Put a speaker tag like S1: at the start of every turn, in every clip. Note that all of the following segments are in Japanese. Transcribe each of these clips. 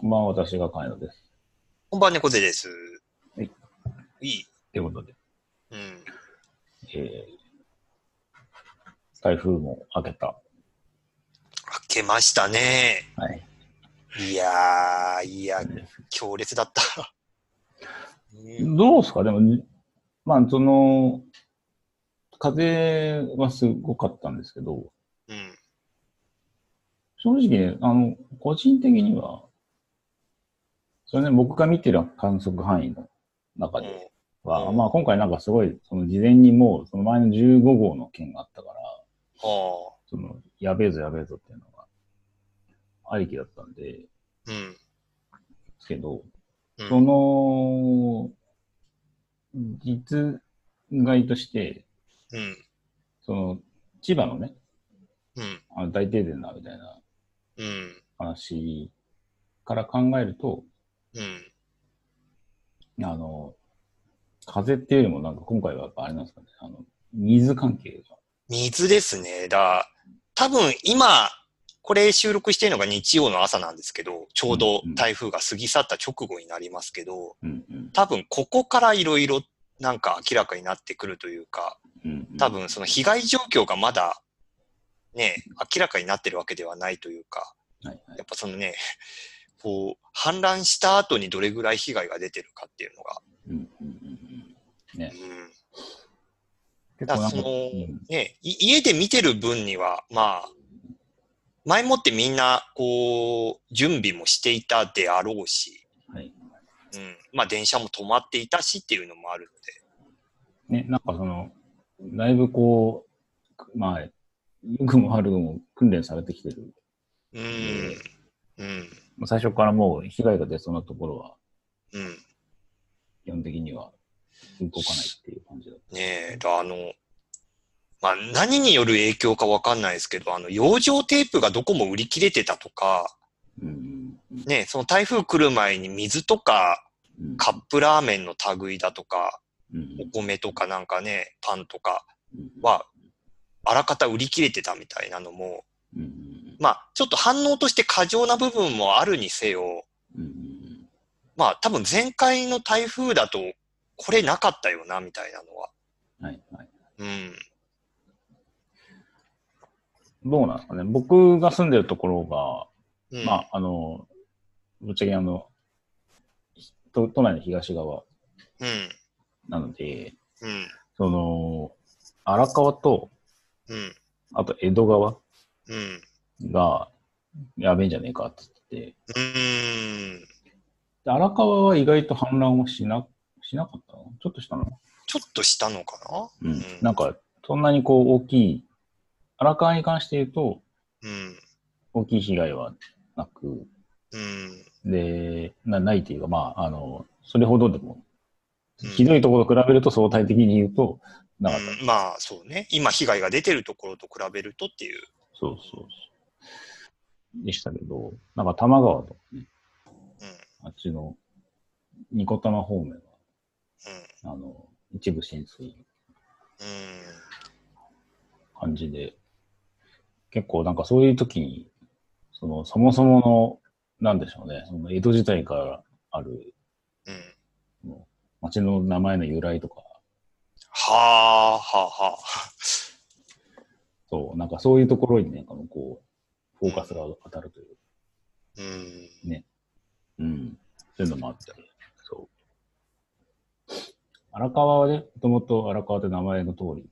S1: こんばんは、私が金野です。
S2: こんばんは、猫背です。
S1: はい。
S2: いい。
S1: ということで、
S2: うん。
S1: えー、台風も明けた。
S2: 開けましたね。
S1: はい。
S2: いやー、いや、
S1: です
S2: 強烈だった。うん
S1: どうですかでも、まあ、その、風はすごかったんですけど、
S2: うん。
S1: 正直、あの、個人的には、それね、僕が見てる観測範囲の中では、
S2: うん
S1: まあ今回なんかすごい、その事前にもう、その前の15号の件があったから、
S2: ああ。
S1: その、やべえぞやべえぞっていうのが、ありきだったんで、で
S2: うん。
S1: すけど、
S2: うん
S1: その、実害として、
S2: うん。
S1: その、千葉のね、
S2: うん。
S1: あの大停電だみたいな
S2: うん。
S1: 話から考えると、
S2: うん。
S1: あの、風っていうよりもなんか今回はやっぱあれなんですかね、あの、水関係が。
S2: 水ですね。だ、多分今、これ収録してるのが日曜の朝なんですけど、ちょうど台風が過ぎ去った直後になりますけど、
S1: うんうん
S2: 多分ここからいろいろなんか明らかになってくるというか、
S1: うんうん
S2: 多分その被害状況がまだね、明らかになってるわけではないというか、
S1: はいはい
S2: やっぱそのね、こう、氾濫した後にどれぐらい被害が出てるかっていうのが、
S1: うんうんうんうんね
S2: うん、
S1: 結
S2: だ
S1: 構な
S2: から
S1: ん
S2: そ
S1: か
S2: の
S1: うん、
S2: ね、い家で見てる分には、まあ、前もってみんな、こう、準備もしていたであろうし、
S1: はい
S2: うん、まあ電車も止まっていたしっていうのもある
S1: ね、なんかその、だいぶこう、まあ、良くも悪くも訓練されてきてる
S2: ので、うん、うん、
S1: まあ最初からもう被害が出そうなところは、
S2: うん。
S1: 基本的には動かないっていう感じだっ
S2: ねえ、だあの、まあ、何による影響かわかんないですけど、あの、養生テープがどこも売り切れてたとか、
S1: た。うんうん
S2: ねえ、その台風来る前に水とか
S1: うん
S2: カップラーメンの類だとか、
S1: うん
S2: お米とかなんかね、パンとか
S1: うん
S2: は、あらかた売り切れてたみたいなのも、
S1: うんうん
S2: まあ、ちょっと反応として過剰な部分もあるにせよ、
S1: うんうん
S2: まあ、多分前回の台風だと、これなかったよな、みたいなのは。
S1: はいはい。
S2: うん。
S1: どうなんですかね。僕が住んでるところ
S2: う
S1: が、
S2: ん
S1: まあ、あの、ぶっちゃけあの、ひ都都内の東側
S2: うん。
S1: なので、
S2: うん。
S1: その、荒川と、
S2: うん。
S1: あと江戸川
S2: うん。
S1: が、やべえんじゃねえかって言って、
S2: うーん。
S1: で荒川は意外と氾濫はしな、しなかったのちょっとしたの
S2: ちょっとしたのか
S1: う
S2: うん
S1: ん。なんか、そんなにこう大きい、荒川に関して言うと、
S2: なうん。
S1: 大きい被害はなく、
S2: うん。
S1: で、なないというか、まあ、あの、それほどでも、
S2: うん
S1: ひどいところと比べると相対的に言うと、なかった。
S2: うんまあ、そうね。今、被害が出てるところと比べるとっていう。
S1: そうそうそう。でしたけど、なんか多摩川とかね、
S2: うん。うん。
S1: あっちの、ニコタマ方面は、あの、一部浸水
S2: うん。
S1: 感じで、結構なんかそういう時に、その、そもそもの、なんでしょうね、その江戸時代からある、
S2: うん。
S1: その町の名前の由来とか、
S2: はあ、はあ、はあ。
S1: そう、なんかそういうところにね、あのこう、フォーカスが当たるという、
S2: うん。
S1: うん、そういうのもあって、そう。荒川はね、もともと荒川って名前の通り、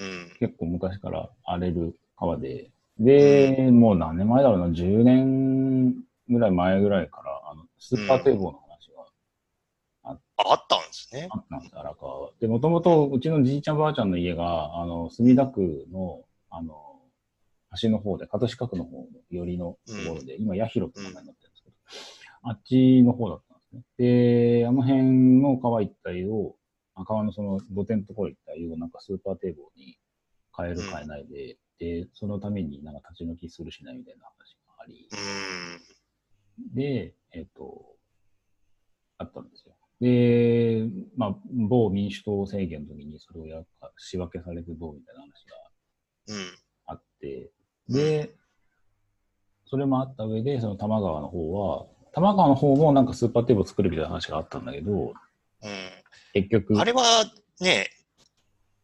S2: うん。
S1: 結構昔から荒れる川で、で、もう何年前だろうな、10年ぐらい前ぐらいから、あのスーパー堤防の話が
S2: あったんですね。
S1: あったんです、荒川は。で、もともとうちのじいちゃんばあちゃんの家が、あの、墨田区の、あの、橋の方で、葛飾区の方の寄りのところで、今、八広って名前になってるんですけど、あっちの方だったんですね。で、あの辺の川一帯を、あ川のその土手のところ一帯をなんかスーパー堤防に変える
S2: うん
S1: 変えないで、で、そのためになんか立ち退きするしないみたいな話があり
S2: う、ん。
S1: で、えっ、と、あったんですよ。で、まあ、某民主党政権の時にそれをやっか仕分けされてどうみたいな話が
S2: うん。
S1: あって、で、それもあった上で、その多摩川の方は、玉川の方もなんかスーパーテーブル作るみたいな話があったんだけど、
S2: う
S1: 結局、
S2: ん。あれはね、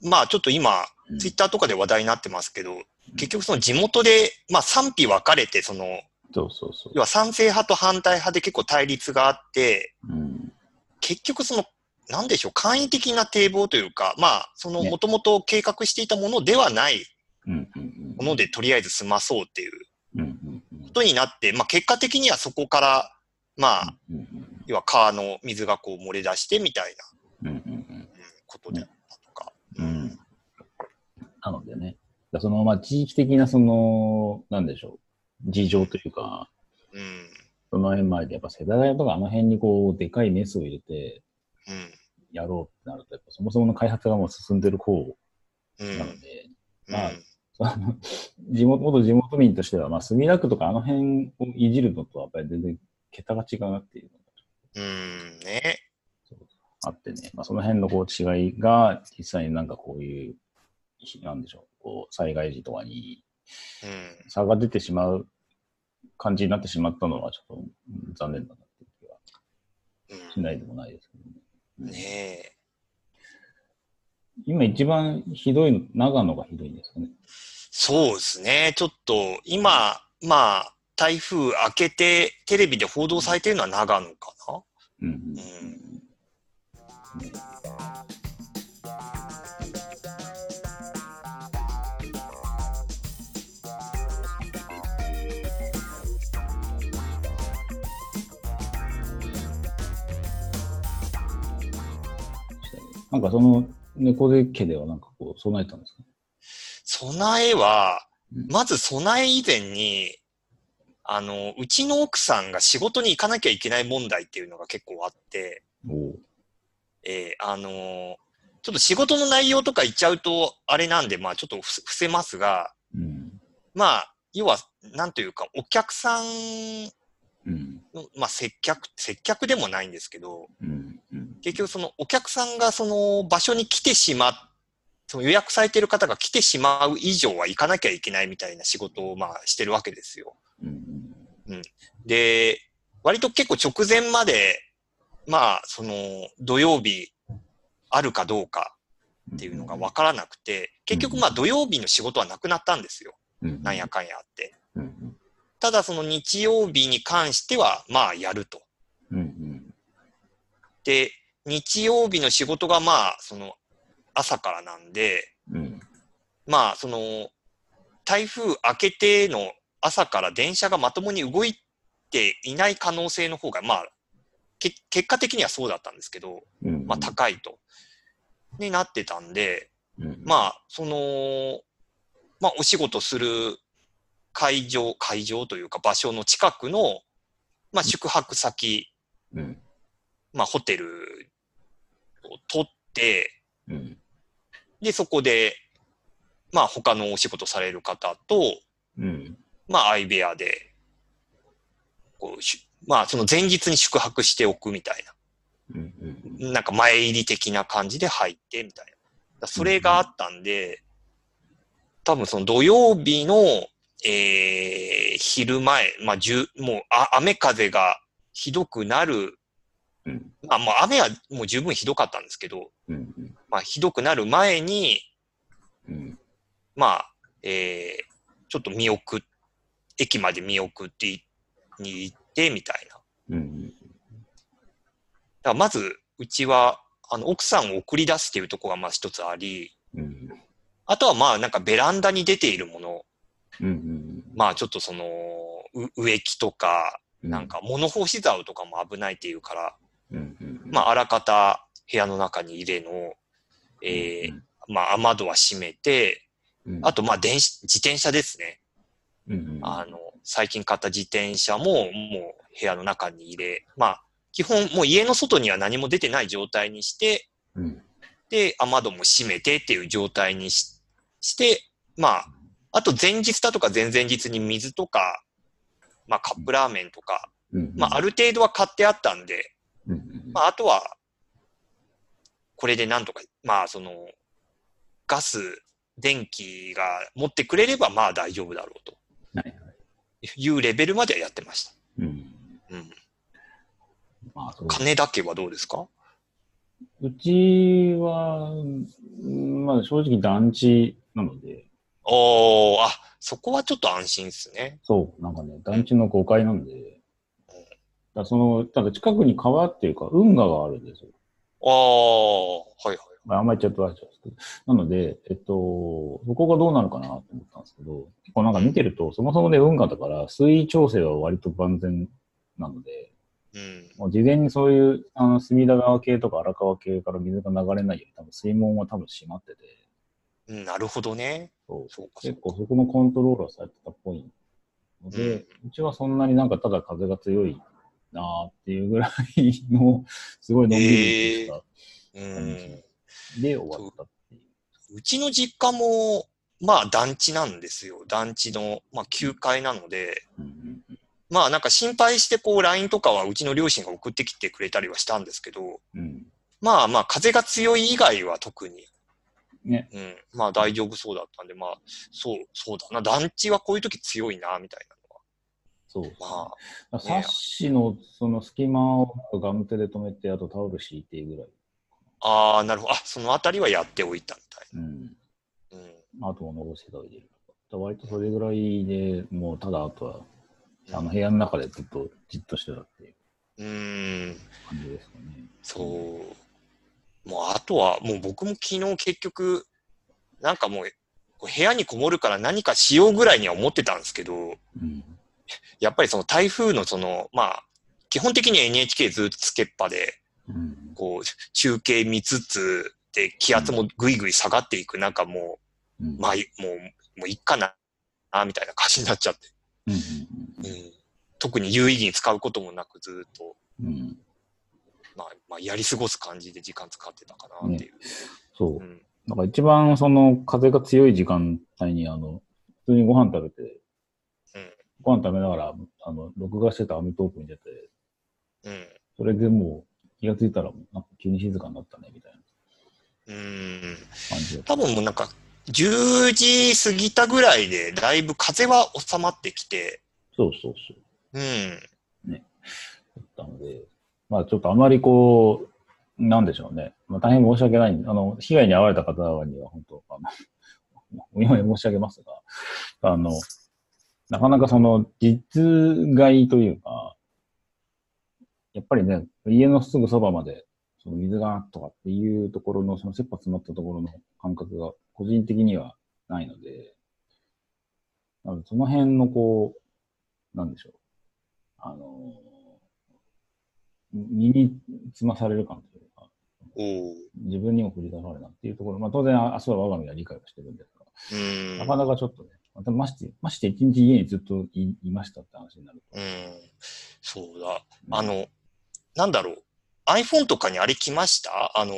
S2: まあちょっと今、
S1: うん
S2: ツイッターとかで話題になってますけど、結局その地元で、まあ賛否分かれて、その、
S1: そうそうそう
S2: 要。は賛成派と反対派で結構対立があって、
S1: うん、
S2: 結局その、なんでしょう、簡易的な堤防というか、まあ、その、もともと計画していたものではない
S1: うん、うん
S2: もので、とりあえず済まそうっていう
S1: うん、うん、うんうん
S2: ことになって、まあ、結果的にはそこから、まあ、
S1: うんうん
S2: 要は川の水がこう漏れ出してみたい
S1: うんうん
S2: なうんことであったとか。
S1: うんうんなのでね、だからそのまあ地域的なその、なんでしょう、事情というか、
S2: うん。
S1: その辺までやっぱ世田谷とかあの辺にこう、でかいメスを入れて
S2: うん。
S1: やろうってなると、やっぱそもそもの開発がもう進んでる方
S2: う
S1: なの
S2: ん。
S1: で、
S2: うん
S1: まああの地元、元地元民としては、まあ、墨田区とかあの辺をいじるのとは、やっぱり全然桁が違うなっていうの
S2: うん。ね。
S1: があってね、まあ、その辺のこう違いが、実際になんかこういう、ひなんでしょう、こう、災害時とかに
S2: うん。
S1: 差が出てしまう感じになってしまったのは、ちょっとうん残念だなっていう気は
S2: う
S1: し
S2: ん
S1: ないでもないですけどね。
S2: ね
S1: 今一番ひどいの、長野がひどいんですかね。
S2: そうですね。ちょっと、今、まあ、台風明けてテレビで報道されてるのは長野かな
S1: うんうん。
S2: うん。
S1: なんかその猫背家ではなんかこう備えたんですか
S2: 備えは
S1: うん、
S2: まず備え以前に、あの、うちの奥さんが仕事に行かなきゃいけない問題っていうのが結構あって、
S1: おお。
S2: えーあのーちょっと仕事の内容とか言っちゃうと、あれなんで、まあちょっとふ伏せますが、
S1: うん。
S2: まあ、要は、なんというか、お客さん
S1: うん。
S2: の、まあ接客、接客でもないんですけど、
S1: うん。うん。
S2: 結局そのお客さんがその場所に来てしまっその予約されてる方が来てしまう以上は行かなきゃいけないみたいな仕事をまあしてるわけですよ。
S1: うん。
S2: で、割と結構直前まで、まあ、その土曜日あるかどうかっていうのが分からなくて、結局まあ土曜日の仕事はなくなったんですよ。
S1: うん。
S2: なんやかんやあって。
S1: うん。
S2: ただその日曜日に関してはまあやると。
S1: うん。うん。
S2: で、日曜日の仕事がまあ、その朝からなんで、
S1: うん。
S2: まあ、その、台風明けての朝から電車がまともに動いていない可能性の方が、まあ、け結果的にはそうだったんですけど、
S1: うん。
S2: まあ、高いと。になってたんで、
S1: うん。
S2: まあ、その、まあ、お仕事する会場、会場というか場所の近くの、まあ、宿泊先、
S1: うん。
S2: まあ、ホテルを取って、
S1: うん。
S2: で、そこで、まあ、他のお仕事される方と、
S1: うん。
S2: まあ、相部屋で、こう、しまあ、その前日に宿泊しておくみたい
S1: うん。うん。
S2: な、なんか前入り的な感じで入ってみたいな。だからそれがあったんで、多分その土曜日の、えー、昼前、まあ、じゅもうあ、雨風がひどくなる、
S1: うん。
S2: まあ、もう雨はもう十分ひどかったんですけど、
S1: うん。
S2: まあ、ひどくなる前に、
S1: うん。
S2: まあ、えー、ちょっと見送っ、駅まで見送ってい、に行って、みたいな。だか
S1: うん。
S2: らまず、うちは、あの、奥さんを送り出すっていうところが、まあ一つあり、
S1: うん。
S2: あとはまあなんかベランダに出ているもの、
S1: うん。
S2: まあちょっとその、う植木とか、なん。か物干し竿とかも危ないっていうから、
S1: うん。うん。
S2: まああらかた部屋の中に入れの、えー、まあ雨戸は閉めて、あ
S1: と、
S2: とまあ電子、自転車ですね。
S1: うん。
S2: あの、最近買った自転車も、もう部屋の中に入れ、まあ、基本もう家の外には何も出てない状態にして、
S1: うん。
S2: で、雨戸も閉めてっていう状態にしして、まあ、あと前日だとか前々日に水とか、まあカップラーメンとか、
S1: うん。
S2: まあある程度は買ってあったんで、
S1: うん。
S2: まああとは、これでなんとか、まあその、ガス、電気が持ってくれればまあ大丈夫だろうと
S1: はいはい。
S2: いうレベルまではやってました。
S1: うん。
S2: うん
S1: まあ、そう
S2: 金だけはどうですか
S1: うちは、うんまあ正直団地なので、
S2: おー、あ、そこはちょっと安心っすね。
S1: そう、なんかね、団地の5階なんで、だからその、なんか近くに川っていうか、運河があるんですよ。
S2: あー、はいはい。
S1: まあ、あんまり言っちゃうとあれちゃうんですけど。なので、えっと、そこがどうなるかなと思ったんですけど、結構なんか見てると、そもそもね、運河だから、水位調整は割と万全なので、
S2: うん。
S1: もう事前にそういう、あの、隅田川系とか荒川系から水が流れないように、多分水門は多分閉まってて、
S2: うんなるほどね。
S1: そう
S2: そうか、そう
S1: 結
S2: か。
S1: 構そこのコントロールはされてたっぽいので、うちはそんなになんかただ風が強いなーっていうぐらいの、 すごいのんびりと
S2: う
S1: した
S2: ん
S1: 感。じで終わったっていう。
S2: うちの実家も、まあ団地なんですよ。団地の、まあ9階なので、
S1: うん
S2: まあなんか心配してこう LINE とかはうちの両親が送ってきてくれたりはしたんですけど、
S1: うん
S2: まあまあ風が強い以外は特に、
S1: ね
S2: うん、まあ大丈夫そうだったんで、まあそう、そうだな。団地はこういう時強いな、みたい
S1: そう。
S2: なのは。まあ、
S1: だからサッシのその隙間をガムテで止めて、あとタオル敷いてぐらい。
S2: ああ、なるほど。あ、そのあたりはやっておいたみ
S1: うん。
S2: たいな。うん。
S1: あとは残しておいてる。だから割とそれぐらいでもう、ただあとは、あの部屋の中でずっとじっとしてたっていう
S2: うーん、
S1: 感じですかね。
S2: そう。もうあとは、もう僕も昨日結局、なんかもう、こう部屋にこもるから何かしようぐらいには思ってたんですけど、
S1: うん。
S2: やっぱりその台風のその、まあ、基本的に NHK ずっとつけっぱで、
S1: うん。
S2: こう、中継見つつ、で、気圧もぐいぐい下がっていく、なんかも
S1: うん
S2: う、まあ、いもう、もういっかな、あみたいな感じになっちゃって。
S1: うん
S2: うん、特に有意義に使うこともなく、ずっと、
S1: うんうんうん
S2: まあ、まあ、やり過ごす感じで時間使ってたかなっていう。
S1: そう
S2: う。ん
S1: なんか一番その風が強い時間帯にあの、普通にご飯食べて、
S2: うん
S1: ご飯食べながら、あの、録画してたアメトーーク見てて、
S2: うん
S1: それでもう気がついたら、なんか急に静かになったね、みたいな
S2: うーん
S1: 感じだった。
S2: 多分もうなんか、10時過ぎたぐらいで、だいぶ風は収まってきて、
S1: そうそうそう。
S2: うん。
S1: だったので、まあちょっとあまりこう、なんでしょうね。まあ大変申し訳ない。あの、被害に遭われた方には本当、あの、 今申し上げますが、あの、なかなかその実害というか、やっぱりね、家のすぐそばまで、その水がとかっていうところの、その切羽詰まったところの感覚が個人的にはないので、なのでその辺のこう、なんでしょう。あの、身につまされる感というか、
S2: おう
S1: 自分にも振り出されるなっていうところ、まあ当然、明日は我が身は理解はしてるんですが、
S2: うーん。
S1: なかなかちょっとね、またまして、まして一日家にずっといいましたって話になると。
S2: うん。そうだ。あ、の、なんだろう。iPhone とかにあれ来ましたあの、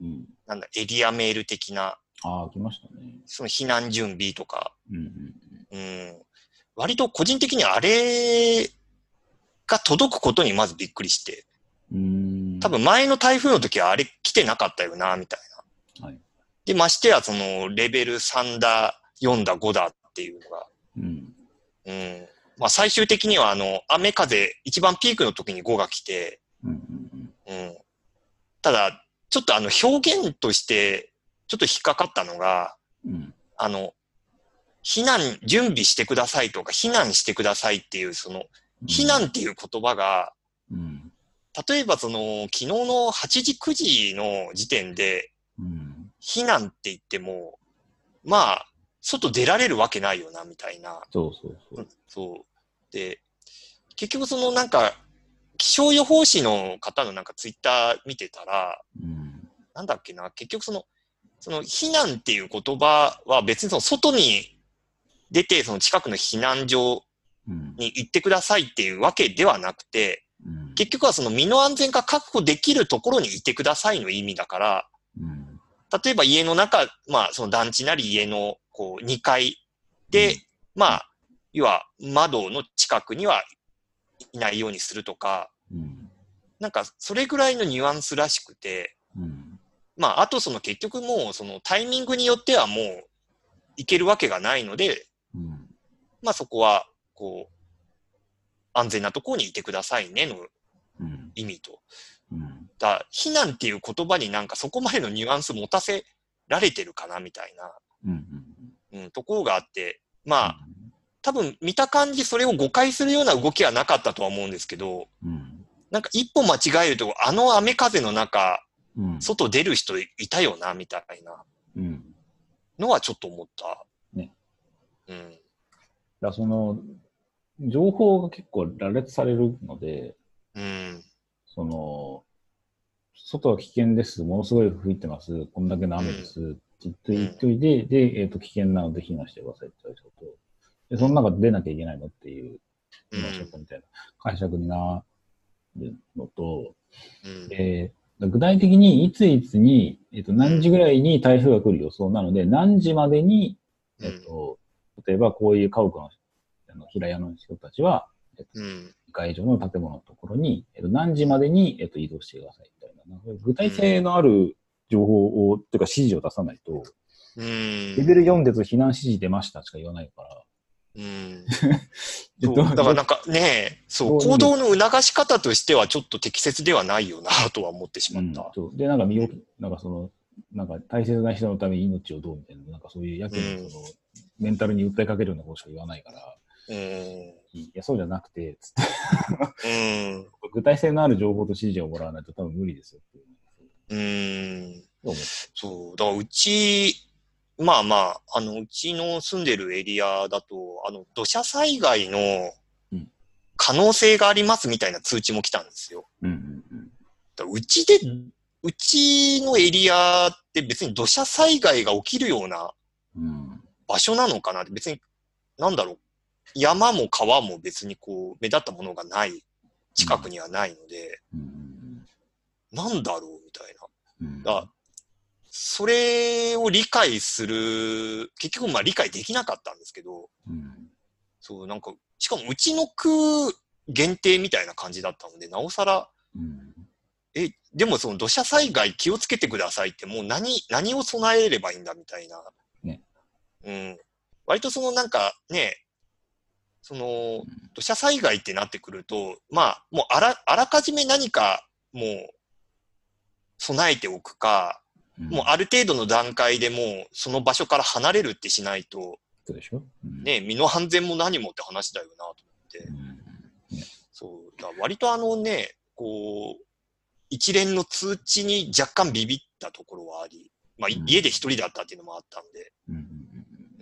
S1: うん。
S2: なんだ、エリアメール的な、
S1: ああ、来ましたね。
S2: その避難準備とか、
S1: うんうん。
S2: うん。割と個人的にあれが届くことにまずびっくりして、
S1: うーん。
S2: 多、分前の台風の時はあれ来てなかったよな、みたいな。
S1: はい
S2: で、ましてや、その、レベル3だ、4だ、5だっていうのが、
S1: うん。
S2: うん。まあ、最終的には、あの、雨風、一番ピークの時に5が来て、
S1: うんうん
S2: うん。ただ、ちょっとあの、表現として、ちょっと引っかかったのが、
S1: うん。うん。
S2: あの、避難、準備してくださいとか、避難してくださいっていう、その、避難っていう言葉が、
S1: うん。
S2: 例えばその、昨日の8時、9時の時点で、
S1: うん。
S2: 避難って言っても、まあ、外出られるわけないよな、みたいな。
S1: そうそうそう。
S2: そう。で、結局そのなんか、気象予報士の方のなんかツイッター見てたら、
S1: うん。
S2: なんだっけな、結局その、その避難っていう言葉は別にその外に出て、その近くの避難所
S1: うん。
S2: に行ってくださいっていうわけではなくて、
S1: うん。
S2: 結局はその身の安全が確保できるところにいてくださいの意味だから、
S1: うん。
S2: 例えば家の中、まあ、その団地なり家のこう2階で、まあ、要は窓の近くにはいないようにするとか、
S1: うん。
S2: なんかそれぐらいのニュアンスらしくて、
S1: うん。
S2: まあ、あとその結局もうそのタイミングによってはもう行けるわけがないので、
S1: うん。
S2: まあそこはこう、安全なところにいてくださいねの
S1: うん。
S2: 意味と。
S1: うん。
S2: だ避難っていう言葉になんかそこまでのニュアンス持たせられてるかなみたい
S1: うん。うん。
S2: な、うん、ところがあって、まあ、多分見た感じそれを誤解するような動きはなかったとは思うんですけど、
S1: うん。
S2: なんか一歩間違えると、あの雨風の中、
S1: うん。
S2: 外出る人いたよな、みたいな
S1: うん。だ
S2: のはちょっと思った。
S1: ね。
S2: うん。
S1: からその、情報が結構羅列されるので、
S2: うん。
S1: その、外は危険です、ものすごい吹いてます、こんだけの雨です、って言っておいて、で、えっ、と、危険なので避難してくださいって言われちゃうと、で、その中で出なきゃいけないのっていう、
S2: う
S1: 今おっしゃっ
S2: ん。
S1: たみたいな解釈になるのと、
S2: うん。
S1: で、具体的にいついつに、えっ、と、何時ぐらいに台風が来る予想なので、何時までに、えっ、と、例えばこういう家屋の、あの、平屋の人たちは、えっ、と
S2: う、ん。
S1: 2階以上の建物のところに、えっと、何時までに、えっと、移動してくださいみたいな、なんか具体性のある情報を、というか指示を出さないと、
S2: うん。
S1: レベル4です避難指示出ましたしか言わないから、
S2: うん。
S1: え
S2: そう
S1: どう
S2: だからなんかね、そう、
S1: どう
S2: 行動の促し方としてはちょっと適切ではないよな、とは思ってしまった。
S1: そうで、なんか身を、なんかその、なんか大切な人のために命をどうみたいな、なんかそういうやけ
S2: うん
S1: にその、メンタルに訴えかけるようなことしか言わないから、
S2: うん。うん。
S1: いや、そうじゃなくて、つって、具体性のある情報と指示をもらわないと多分無理ですよっていう
S2: うん。
S1: のを思う
S2: そう、だからうち、まあまあ、あの、うちの住んでるエリアだと、あの、土砂災害の
S1: うん
S2: 可能性がありますみたいな通知も来たんですよ。
S1: うんうんうん。
S2: だからうちで、うちのエリアって別に土砂災害が起きるような
S1: うん。
S2: 場所なのかなって、別に、なんだろう、山も川も別にこう、目立ったものがない、近くにはないので、
S1: うんうん
S2: なんだろうみたいな。
S1: うんうん。
S2: だそれを理解する、結局まあ理解できなかったんですけど、
S1: うん
S2: そうなんか、しかもうちの区限定みたいな感じだったので、なおさら、
S1: うん
S2: え、でもその土砂災害気をつけてくださいってもう何、何を備えればいいんだみたいな。
S1: ね
S2: うん。割とそのなんかね、その土砂災害ってなってくると、まあもうあら、あらかじめ何かもう備えておくか、もうある程度の段階でもうその場所から離れるってしないと、
S1: そうでしょ、うん、
S2: ね、身の安全も何もって話だよなと。
S1: うん。
S2: そう。だから割とあのね、こう、一連の通知に若干ビビったところはあり、まあ、い
S1: うん
S2: 家で一人だったっていうのもあったんで、
S1: うんうん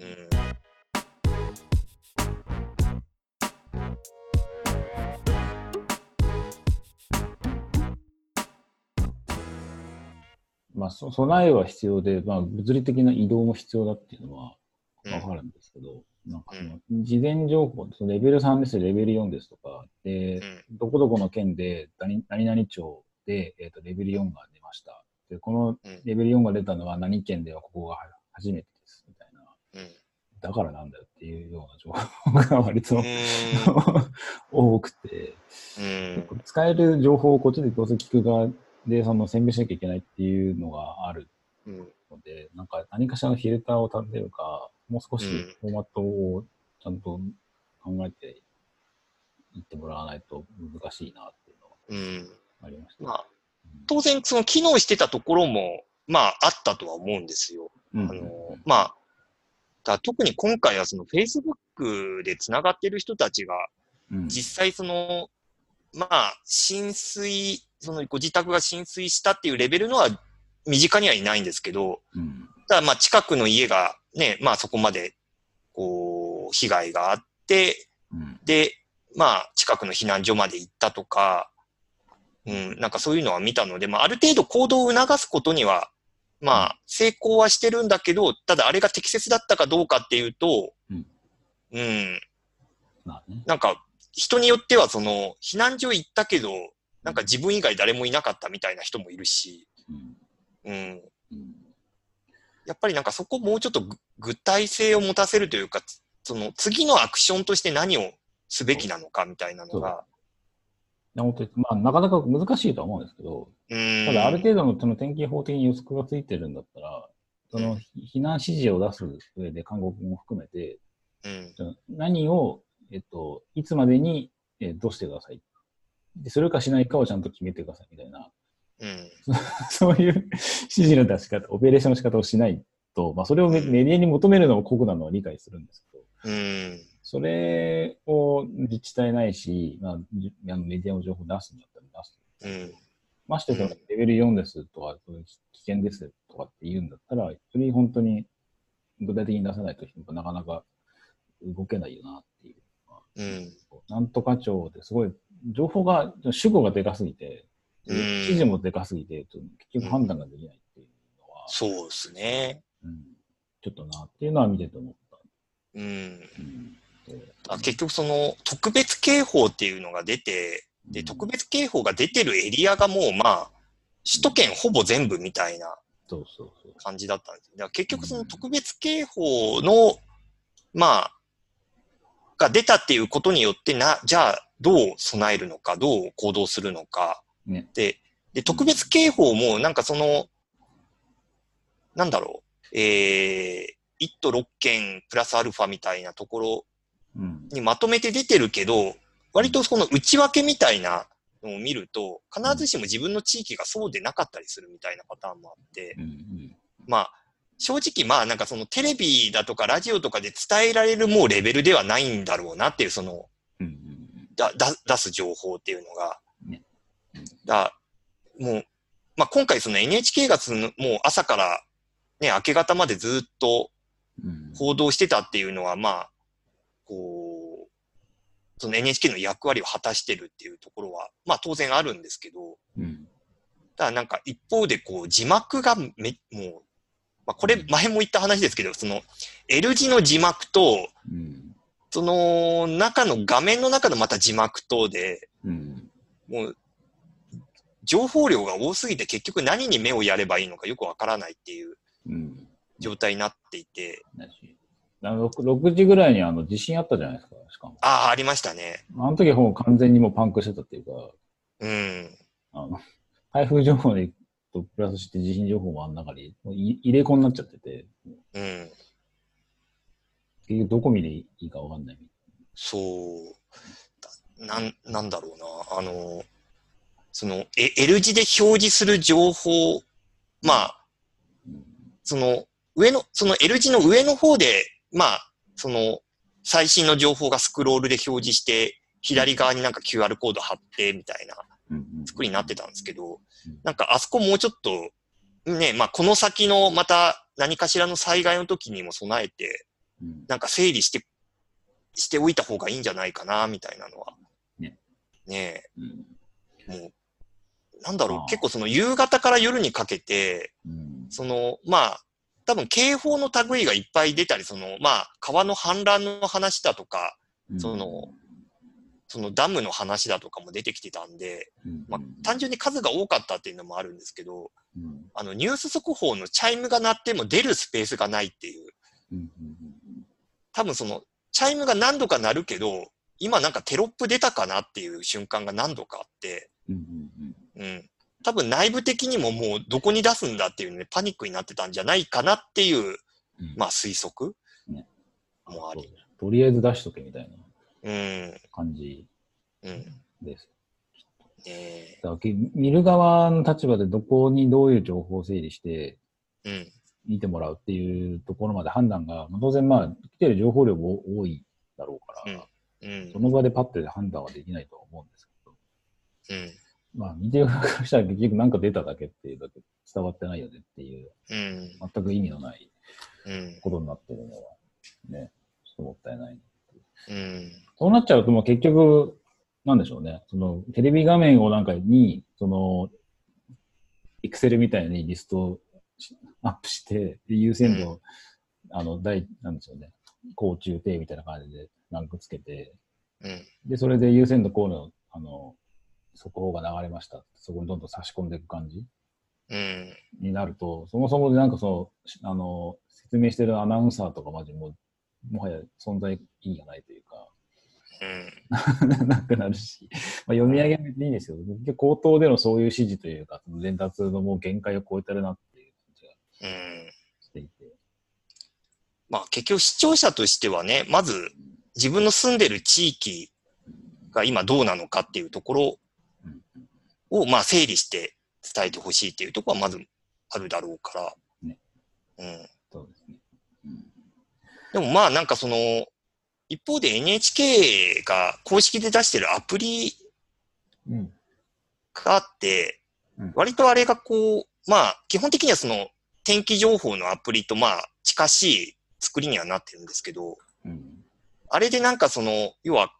S1: うん
S2: うん。
S1: まあ、そ備えは必要で、まあ、物理的な移動も必要だっていうのは
S2: う
S1: わ
S2: ん
S1: かるんですけど、なんかその、事前情報、そのレベル3です、レベル4ですとか、で、どこどこの県で、何何々町で、えっ、と、レベル4が出ました。で、この
S2: うん
S1: レベル4が出たのは何県ではここが初めてです、みたいな。
S2: うん。
S1: だからなんだよっていうような情報が割と、
S2: うん。
S1: 多くて。
S2: うん。
S1: 使える情報をこっちでどうせ聞く側でその選別しなきゃいけないっていうのがある
S2: うん。
S1: ので、なんか何かしらのフィルターを立てるか、もう少し
S2: うん
S1: フォーマットをちゃんと考えていってもらわないと難しいなっていうのは
S2: うん。
S1: ありました。
S2: まあ、当然、その機能してたところも、まあ、あったとは思うんですよ。
S1: うん、
S2: あの、まあ、だ特に今回はその Facebook で繋がってる人たちが、
S1: うん、
S2: 実際その、まあ、浸水、そのご自宅が浸水したっていうレベルのは身近にはいないんですけど、
S1: うん、
S2: ただまあ近くの家がね、まあそこまで、こう、被害があって、
S1: うん、
S2: で、まあ近くの避難所まで行ったとか、うん、なんかそういうのは見たので、まあある程度行動を促すことには、まあ成功はしてるんだけど、ただあれが適切だったかどうかっていうと、
S1: うん
S2: うん、
S1: まあね。
S2: なんか、人によっては、その、避難所行ったけど、なんか自分以外誰もいなかったみたいな人もいるし、
S1: うん、
S2: うん。
S1: うん、
S2: やっぱりなんかそこもうちょっとぐ具体性を持たせるというか、つその、次のアクションとして何をすべきなのかみたいなのが、
S1: で本当にまあ、なかなか難しいとは思うんですけど、
S2: うん。
S1: ただ、ある程度のその天気予報的に予測がついてるんだったら、そ
S2: うん
S1: のひ避難指示を出す上で、韓国も含めて、
S2: うん。
S1: その何を、えっと、いつまでに、えーどうしてくださいっでするかしないかをちゃんと決めてくださいみたいな、
S2: うん。
S1: そういう指示の出し方、オペレーションの仕方をしないと、まあ、それをメメディアに求めるのも酷なのは理解するんですけど、
S2: うん。
S1: それを自治体ないし、まあ、じあのメディアの情報を出すんだったら出す。
S2: うん。
S1: ましてその
S2: うん
S1: レベル4ですとか、これ危険ですとかって言うんだったら、それ本当に具体的に出さないとなかなか動けないよなっていう。
S2: うん。
S1: なんとか庁ですごい、情報が、主語がでかすぎて、
S2: うん
S1: 指示もでかすぎて、ちょっと結局判断ができないっていうのは、
S2: そうですね。
S1: うんちょっとなっていうのは見てて思った。
S2: うん。
S1: うん
S2: あ結局その特別警報っていうのが出て、で、特別警報が出てるエリアがもうまあ、首都圏ほぼ全部みたいな
S1: そうそうそう。
S2: 感じだったんですよ。だから結局その特別警報の、まあ、が出たっていうことによってな、じゃあどう備えるのか、どう行動するのか。
S1: ね
S2: でで、特別警報もなんかその、なんだろう、えー、1都6県プラスアルファみたいなところ
S1: うん。
S2: にまとめて出てるけど、割とこの内訳みたいなのを見ると、必ずしも自分の地域がそうでなかったりするみたいなパターンもあって、
S1: うんうん
S2: まあ、正直まあなんかそのテレビだとかラジオとかで伝えられるもうレベルではないんだろうなっていう、その、
S1: うんうん
S2: だ、だ、出す情報っていうのが
S1: ね。
S2: だ、もう、まあ今回その NHK がそのもう朝からね、明け方までずっと
S1: うん
S2: 報道してたっていうのは、まあ、こう、その NHK の役割を果たしてるっていうところは、まあ当然あるんですけど、
S1: うん
S2: ただなんか一方でこう字幕がめ、もう、まあこれ前も言った話ですけど、その L 字の字幕と、
S1: うん
S2: その中の画面の中のまた字幕とで、
S1: うん
S2: もう、情報量が多すぎて結局何に目をやればいいのかよくわからないっていう
S1: うん
S2: 状態になっていて、
S1: だしあの 6, 6時ぐらいにあの地震あったじゃないですか、しかも。
S2: ああ、ありましたね。
S1: あの時はもう完全にもうパンクしてたっていうか、
S2: うん。
S1: あの台風情報でとプラスして地震情報もあん中にもうい入れ子になっちゃってて、
S2: うん。
S1: 結局どこ見でいいかわかんない。
S2: そう、だなん、なんだろうな、あの、その、え L 字で表示する情報、まあ、
S1: うん
S2: その、上の、その L 字の上の方で、まあ、その、最新の情報がスクロールで表示して、左側になんか QR コード貼って、みたいな
S1: うんうん
S2: 作りになってたんですけど
S1: うん、
S2: なんかあそこもうちょっと、ね、まあ、この先のまた何かしらの災害の時にも備えて、
S1: うん
S2: なんか整理して、しておいた方がいいんじゃないかな、みたいなのは。
S1: ね。
S2: ね
S1: うん
S2: え、もう、なんだろ
S1: あ
S2: う、
S1: あ
S2: 結構その夕方から夜にかけて、
S1: うん
S2: その、まあ、多分警報の類がいっぱい出たり、その、まあ、川の氾濫の話だとか、
S1: うん
S2: その、そのダムの話だとかも出てきてたんで、
S1: うん
S2: まあ、単純に数が多かったっていうのもあるんですけど、
S1: うん
S2: あの、ニュース速報のチャイムが鳴っても出るスペースがないっていう。
S1: うんうん
S2: 多分その、チャイムが何度か鳴るけど、今なんかテロップ出たかなっていう瞬間が何度かあって、
S1: うんうん
S2: うん。多分内部的にももうどこに出すんだっていうのでパニックになってたんじゃないかなっていう、
S1: うん
S2: まあ推測
S1: ね
S2: もあり。
S1: とりあえず出しとけみたいな
S2: うん。
S1: 感じ
S2: うん。ね
S1: です。
S2: え
S1: だからけ見る側の立場でどこにどういう情報を整理して
S2: うん。
S1: 見てもらうっていうところまで判断が、まあ当然まあ来てる情報量も多いだろうから、
S2: うん
S1: そ。の場でパッて判断はできないとは思うんですけど、
S2: うん。
S1: まあ見てる側からしたら結局なんか出ただけっていうだけ伝わってないよねっていう、
S2: うん。
S1: 全く意味のない
S2: うん。
S1: ことになってるのは、ね、ちょっともったいない。
S2: うん。
S1: そうなっちゃうと、まあ、結局、なんでしょうね。その、テレビ画面をなんかに、その、エクセルみたいにリストをしアップして、で優先度を、あの、大、なんでしょうね。高中低みたいな感じでランクつけて、
S2: うん。
S1: で、それで優先度こうの、あの、速報が流れました。そこにどんどん差し込んでいく感じ
S2: うん。
S1: になると、そもそもでなんかそのし、あの、説明してるアナウンサーとかまでも、もはや存在意義がないというか、
S2: うん。
S1: なくなるし、まあ、読み上げは別にいいんですけど、結局口頭でのそういう指示というか、その伝達のもう限界を超えてるなっていう感じが
S2: うん。
S1: していて。
S2: まあ結局視聴者としてはね、まず自分の住んでる地域が今どうなのかっていうところを、まあ、整理して伝えてほしいっていうところはまずあるだろうから。
S1: ね
S2: うん。
S1: そうですね。
S2: でもまあなんかその、一方で NHK が公式で出してるアプリ
S1: うん。
S2: があって
S1: うん、
S2: 割とあれがこう、まあ基本的にはその天気情報のアプリとまあ近しい作りにはなってるんですけど、
S1: うん。
S2: あれでなんかその、要は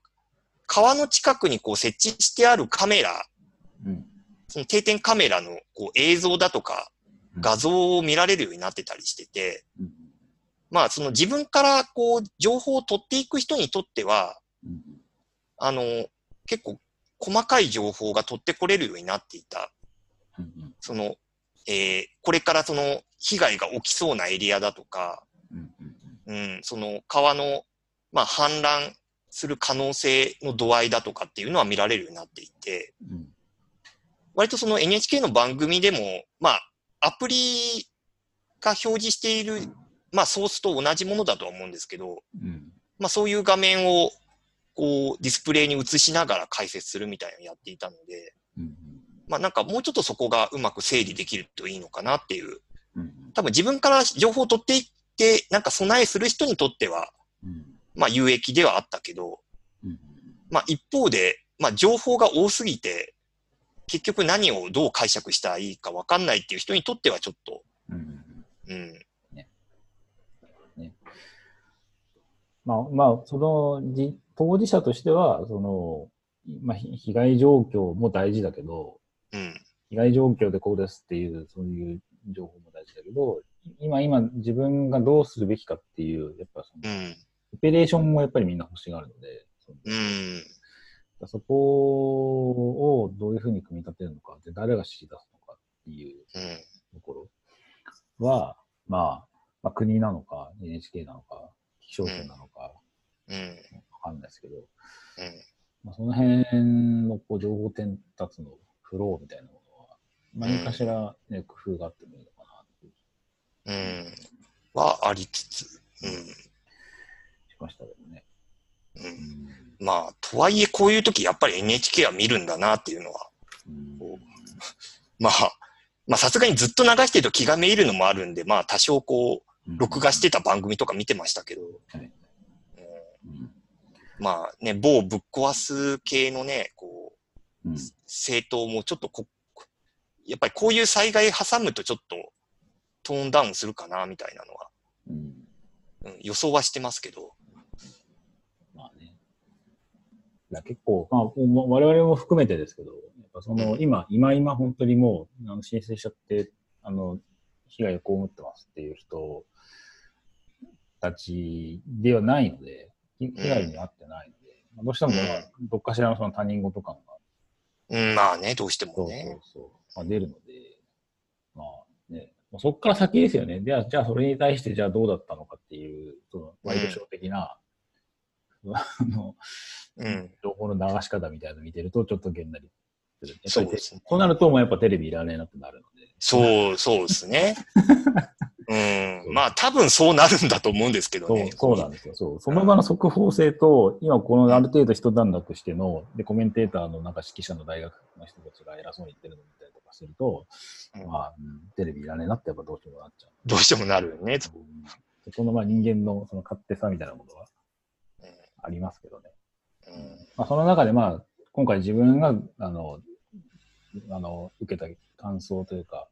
S2: 川の近くにこう設置してあるカメラ、
S1: うん。
S2: その定点カメラのこう映像だとか画像を見られるようになってたりしてて、
S1: うん。
S2: まあ、その自分からこう、情報を取っていく人にとっては、
S1: うん。
S2: あの、結構細かい情報が取ってこれるようになっていた。
S1: うん。
S2: その、えーこれからその被害が起きそうなエリアだとか、
S1: うん。
S2: うん、その川の、まあ、氾濫する可能性の度合いだとかっていうのは見られるようになっていて、
S1: うん。
S2: 割とその NHK の番組でも、まあ、アプリが表示している、まあ、ソースと同じものだとは思うんですけど、
S1: うん。
S2: まあ、そういう画面をこうディスプレイに映しながら解説するみたいなのをやっていたので、
S1: うん。
S2: まあ、なんかもうちょっとそこがうまく整理できるといいのかなっていう、
S1: うん。
S2: 多分自分から情報を取っていって、なんか備えする人にとっては、
S1: うん。
S2: まあ、有益ではあったけど、
S1: うん。
S2: まあ、一方で、まあ、情報が多すぎて、結局何をどう解釈したらいいか分かんないっていう人にとってはちょっと、
S1: うん
S2: うん、
S1: まあ、まあ、そのじ、当事者としては、その、まあ、ひ被害状況も大事だけど、
S2: うん、
S1: 被害状況でこうですっていう、そういう情報も大事だけど、今、今、自分がどうするべきかっていう、やっぱその、
S2: うん、
S1: オペレーションもやっぱりみんな欲しがるので、その
S2: うん、
S1: そこをどういうふうに組み立てるのか、で誰が指示出すのかっていう
S2: うん、
S1: ところは、まあ、まあ、国なのか、NHK なのか、気象庁なのか、
S2: うん、
S1: わかんないですけど、
S2: うん。
S1: まあ、その辺のこう情報伝達のフローみたいなものは、何かしら、ね工夫があってもいいのかなって
S2: うん、はありつつ、
S1: しましたけどね。
S2: うん、う。
S1: うんん
S2: まあ、とはいえ、こういう時やっぱり NHK は見るんだなっていうのは、
S1: うん
S2: まあ、まあ、さすがにずっと流してると気がめいるのもあるんで、まあ、多少こう、録画してた番組とか見てましたけど、
S1: はいうん
S2: まあね、某ぶっ壊す系のね、こう、
S1: うん
S2: 政党もちょっとこ、やっぱりこういう災害挟むとちょっとトーンダウンするかな、みたいなのは、
S1: うん
S2: うん、予想はしてますけど、
S1: まあね。だから結構、まあ、もう我々も含めてですけど、やっぱその、
S2: うん
S1: 今、今今本当にもう、あの申請しちゃって、あの、被害を被ってますっていう人たちではないので、ひ被害に遭ってないので、まあどうしても、まあどっかしらのその他人事感が、
S2: うん、まあね、どうして
S1: そ
S2: も
S1: うそ
S2: ね
S1: う。そう、まあ、出るので、まあね、もうそこから先ですよね。では、じゃあそれに対して、じゃあどうだったのかっていう、そのワイドショー的な、あの、
S2: うん、
S1: 情報の流し方みたいなの見てると、ちょっとげんなりする。やっぱ
S2: そ
S1: り
S2: うですね。
S1: そうなると、もうやっぱテレビいらねえなってなるので。
S2: そう、そうで すね。うん。まあ、多分そうなるんだと思うんですけど
S1: そう
S2: ね。
S1: そうなんですよ。そう。その場の速報性と、今このある程度一段落しての、で、コメンテーターのなんか指揮者の大学の人たちが偉そうに言ってるの見たりとかすると、
S2: うん
S1: まあ、うんテレビいらねえなってやっぱどうしてもなっちゃう。
S2: どうしてもなるよね。
S1: そこのまあ人間のその勝手さみたいなものはありますけどね。
S2: うん
S1: まあ、その中で、まあ、今回自分が、あの、あの、受けた感想というか、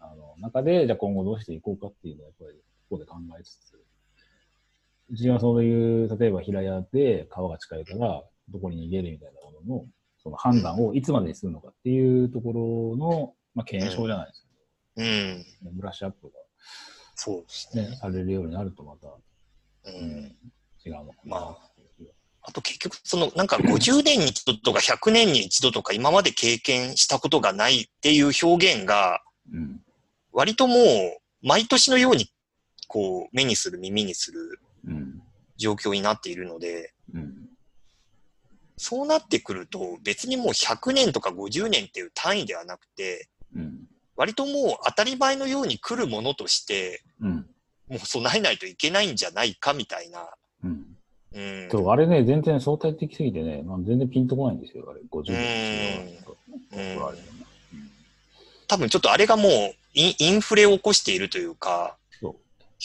S1: あの、中で、じゃあ今後どうしていこうかっていうのを、やっぱり、ここで考えつつ、自分はそういう、例えば平屋で川が近いから、どこに逃げるみたいなものの、その判断をいつまでにするのかっていうところの、まあ、検証じゃないです
S2: うん。
S1: けど、ブラッシュアップ
S2: そうです
S1: が、ね、
S2: ね。
S1: されるようになるとまた、
S2: う。
S1: うん違うのかなっていう気が。
S2: あと結局、その、なんか50年に一度とか100年に一度とか今まで経験したことがないっていう表現が、
S1: うん。
S2: 割ともう、毎年のように、こう、目にする、耳にする
S1: うん。
S2: 状況になっているので、
S1: うん。
S2: そうなってくると、別にもう100年とか50年っていう単位ではなくて、
S1: うん。
S2: 割ともう当たり前のように来るものとして、
S1: うん。
S2: もう備えないといけないんじゃないかみたいな。
S1: うん
S2: うん。
S1: そう、あれね、全然相対的すぎてね、まあ、全然ピンとこないんですよ、あれ、50
S2: う
S1: 年
S2: ん
S1: の人は怒られるの、
S2: 多分ちょっとあれがもうインインフレを起こしているというか、
S1: そ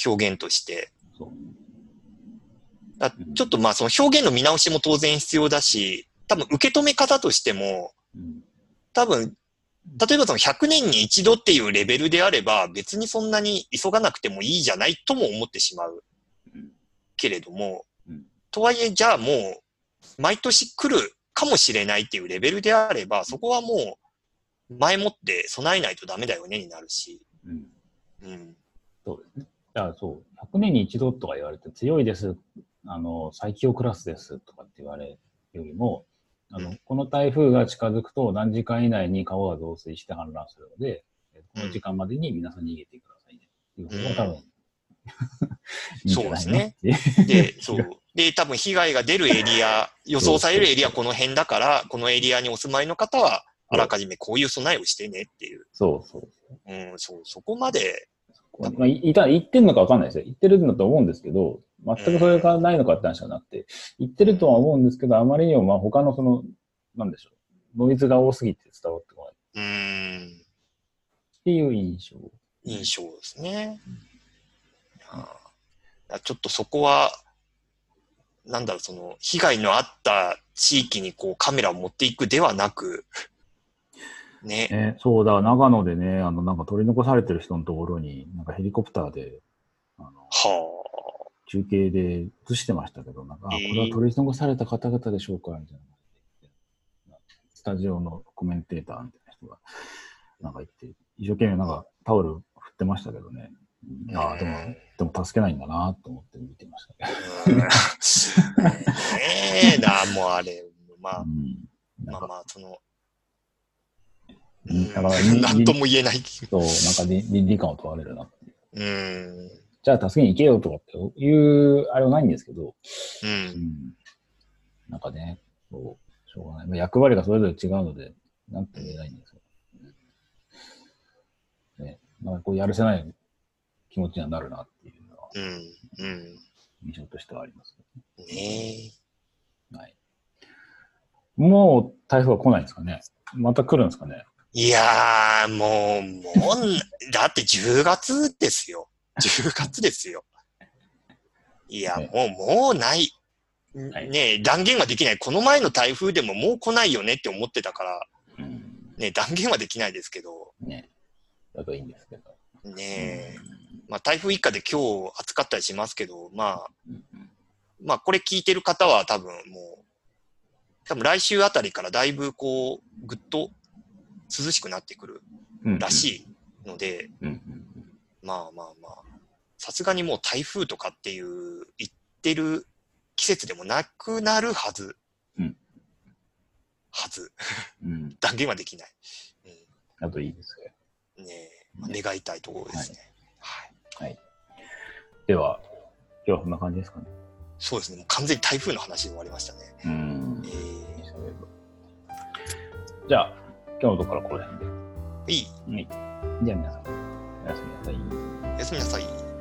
S2: 表現として。
S1: う、そう。
S2: だちょっとまあその表現の見直しも当然必要だし、多分受け止め方としても、
S1: うん、
S2: 多分、例えばその100年に一度っていうレベルであれば、別にそんなに急がなくてもいいじゃないとも思ってしまう
S1: うん
S2: けれども
S1: うん、
S2: とはいえ、じゃあもう、毎年来るかもしれないっていうレベルであれば、そこはもう、前もって備えないとダメだよねになるし、
S1: うん。
S2: うん、
S1: そうですね。だからそう、100年に一度とか言われて、強いです、あの、最強クラスですとかって言われるよりも、あ
S2: う
S1: の
S2: ん、
S1: この台風が近づくと何時間以内に川が増水して氾濫するので、えこの時間までに皆さん逃げてくださいね。っていう 方が多分、いいんじゃないのっていう
S2: で、そう。で、多分被害が出るエリア、予想されるエリアこの辺だから、このエリアにお住まいの方は、あらかじめこういう備えをしてねっていう。
S1: そうそうそう。
S2: うん、そう、そこまで、
S1: こうまあ、いいた言ってるのかわかんないですよ。言ってるんだと思うんですけど、全くそれがないのかって話はなくて、言ってるとは思うんですけど、あまりにもまあ他のその、なんでしょう、ノイズが多すぎて伝わってこない。
S2: うーん、
S1: っていう印象。
S2: 印象ですね。ああちょっとそこは、なんだろう、その、被害のあった地域にこうカメラを持っていくではなく、ね、
S1: えそうだ、長野でね、あの、なんか取り残されてる人のところに、なんかヘリコプターで、あの、
S2: は
S1: 中継で映してましたけど、なんか、あ、こ
S2: えー
S1: れは取り残された方々でしょうかみたいな。スタジオのコメンテーターみたいな人が、なんか言って、一生懸命なんかタオル振ってましたけどね。
S2: うん
S1: ああ、でも、でも助けないんだなと思って見てましたけ
S2: あ。うんねえな、もうあれ、ま
S1: ど。
S2: あ
S1: う、ん。な
S2: ま
S1: ん
S2: あ
S1: か、
S2: まあ、その、
S1: う
S2: う
S1: ん
S2: ん
S1: だからに
S2: なんとも言えない。
S1: そう、なんか倫倫理観を問われるなっていう。
S2: うん。
S1: じゃあ助けに行けよとかっていう、あれはないんですけど、
S2: う。
S1: うんんなんかね、そう、しょうがない。まあ、役割がそれぞれ違うので、なんて言えないんですよ。ね、なんかこう、やるせない気持ちにはなるなっていうのは、
S2: うん。うん。
S1: 印象としてはあります、
S2: ね
S1: はい。もう、台風は来ないんですかねまた来るんですかね
S2: え。いやー、もう、もう、だって10月です よ。10月ですよ。いや、
S1: ね
S2: もう、もうない。
S1: い
S2: ねえ、断言はできない。この前の台風でももう来ないよねって思ってたから、
S1: うん。
S2: ねえ、断言はできないですけど、
S1: ね。だといいんですけど。
S2: ねえ。まあ、台風一過で今日扱ったりしますけど、まあ、
S1: うん
S2: まあ、これ聞いてる方は多分もう、多分来週あたりからだいぶこう、ぐっと涼しくなってくる
S1: うん
S2: らしいので、
S1: うんうん
S2: まあまあまあ、さすがにもう台風とかっていう言ってる季節でもなくなるはず。
S1: うん
S2: はず。
S1: うん。うん。
S2: 断言はできない。
S1: だといいですけど。
S2: うん、ねえ、まあ願いたいところですね。はい。
S1: では、今日はこんな感じですかね。
S2: そうですね。もう完全に台風の話で終わりましたね。
S1: うん
S2: え。ー
S1: じゃあ、今日のところはこの辺で。
S2: いい。
S1: はい。じゃあ皆さん、おやすみなさい。
S2: おやすみなさい。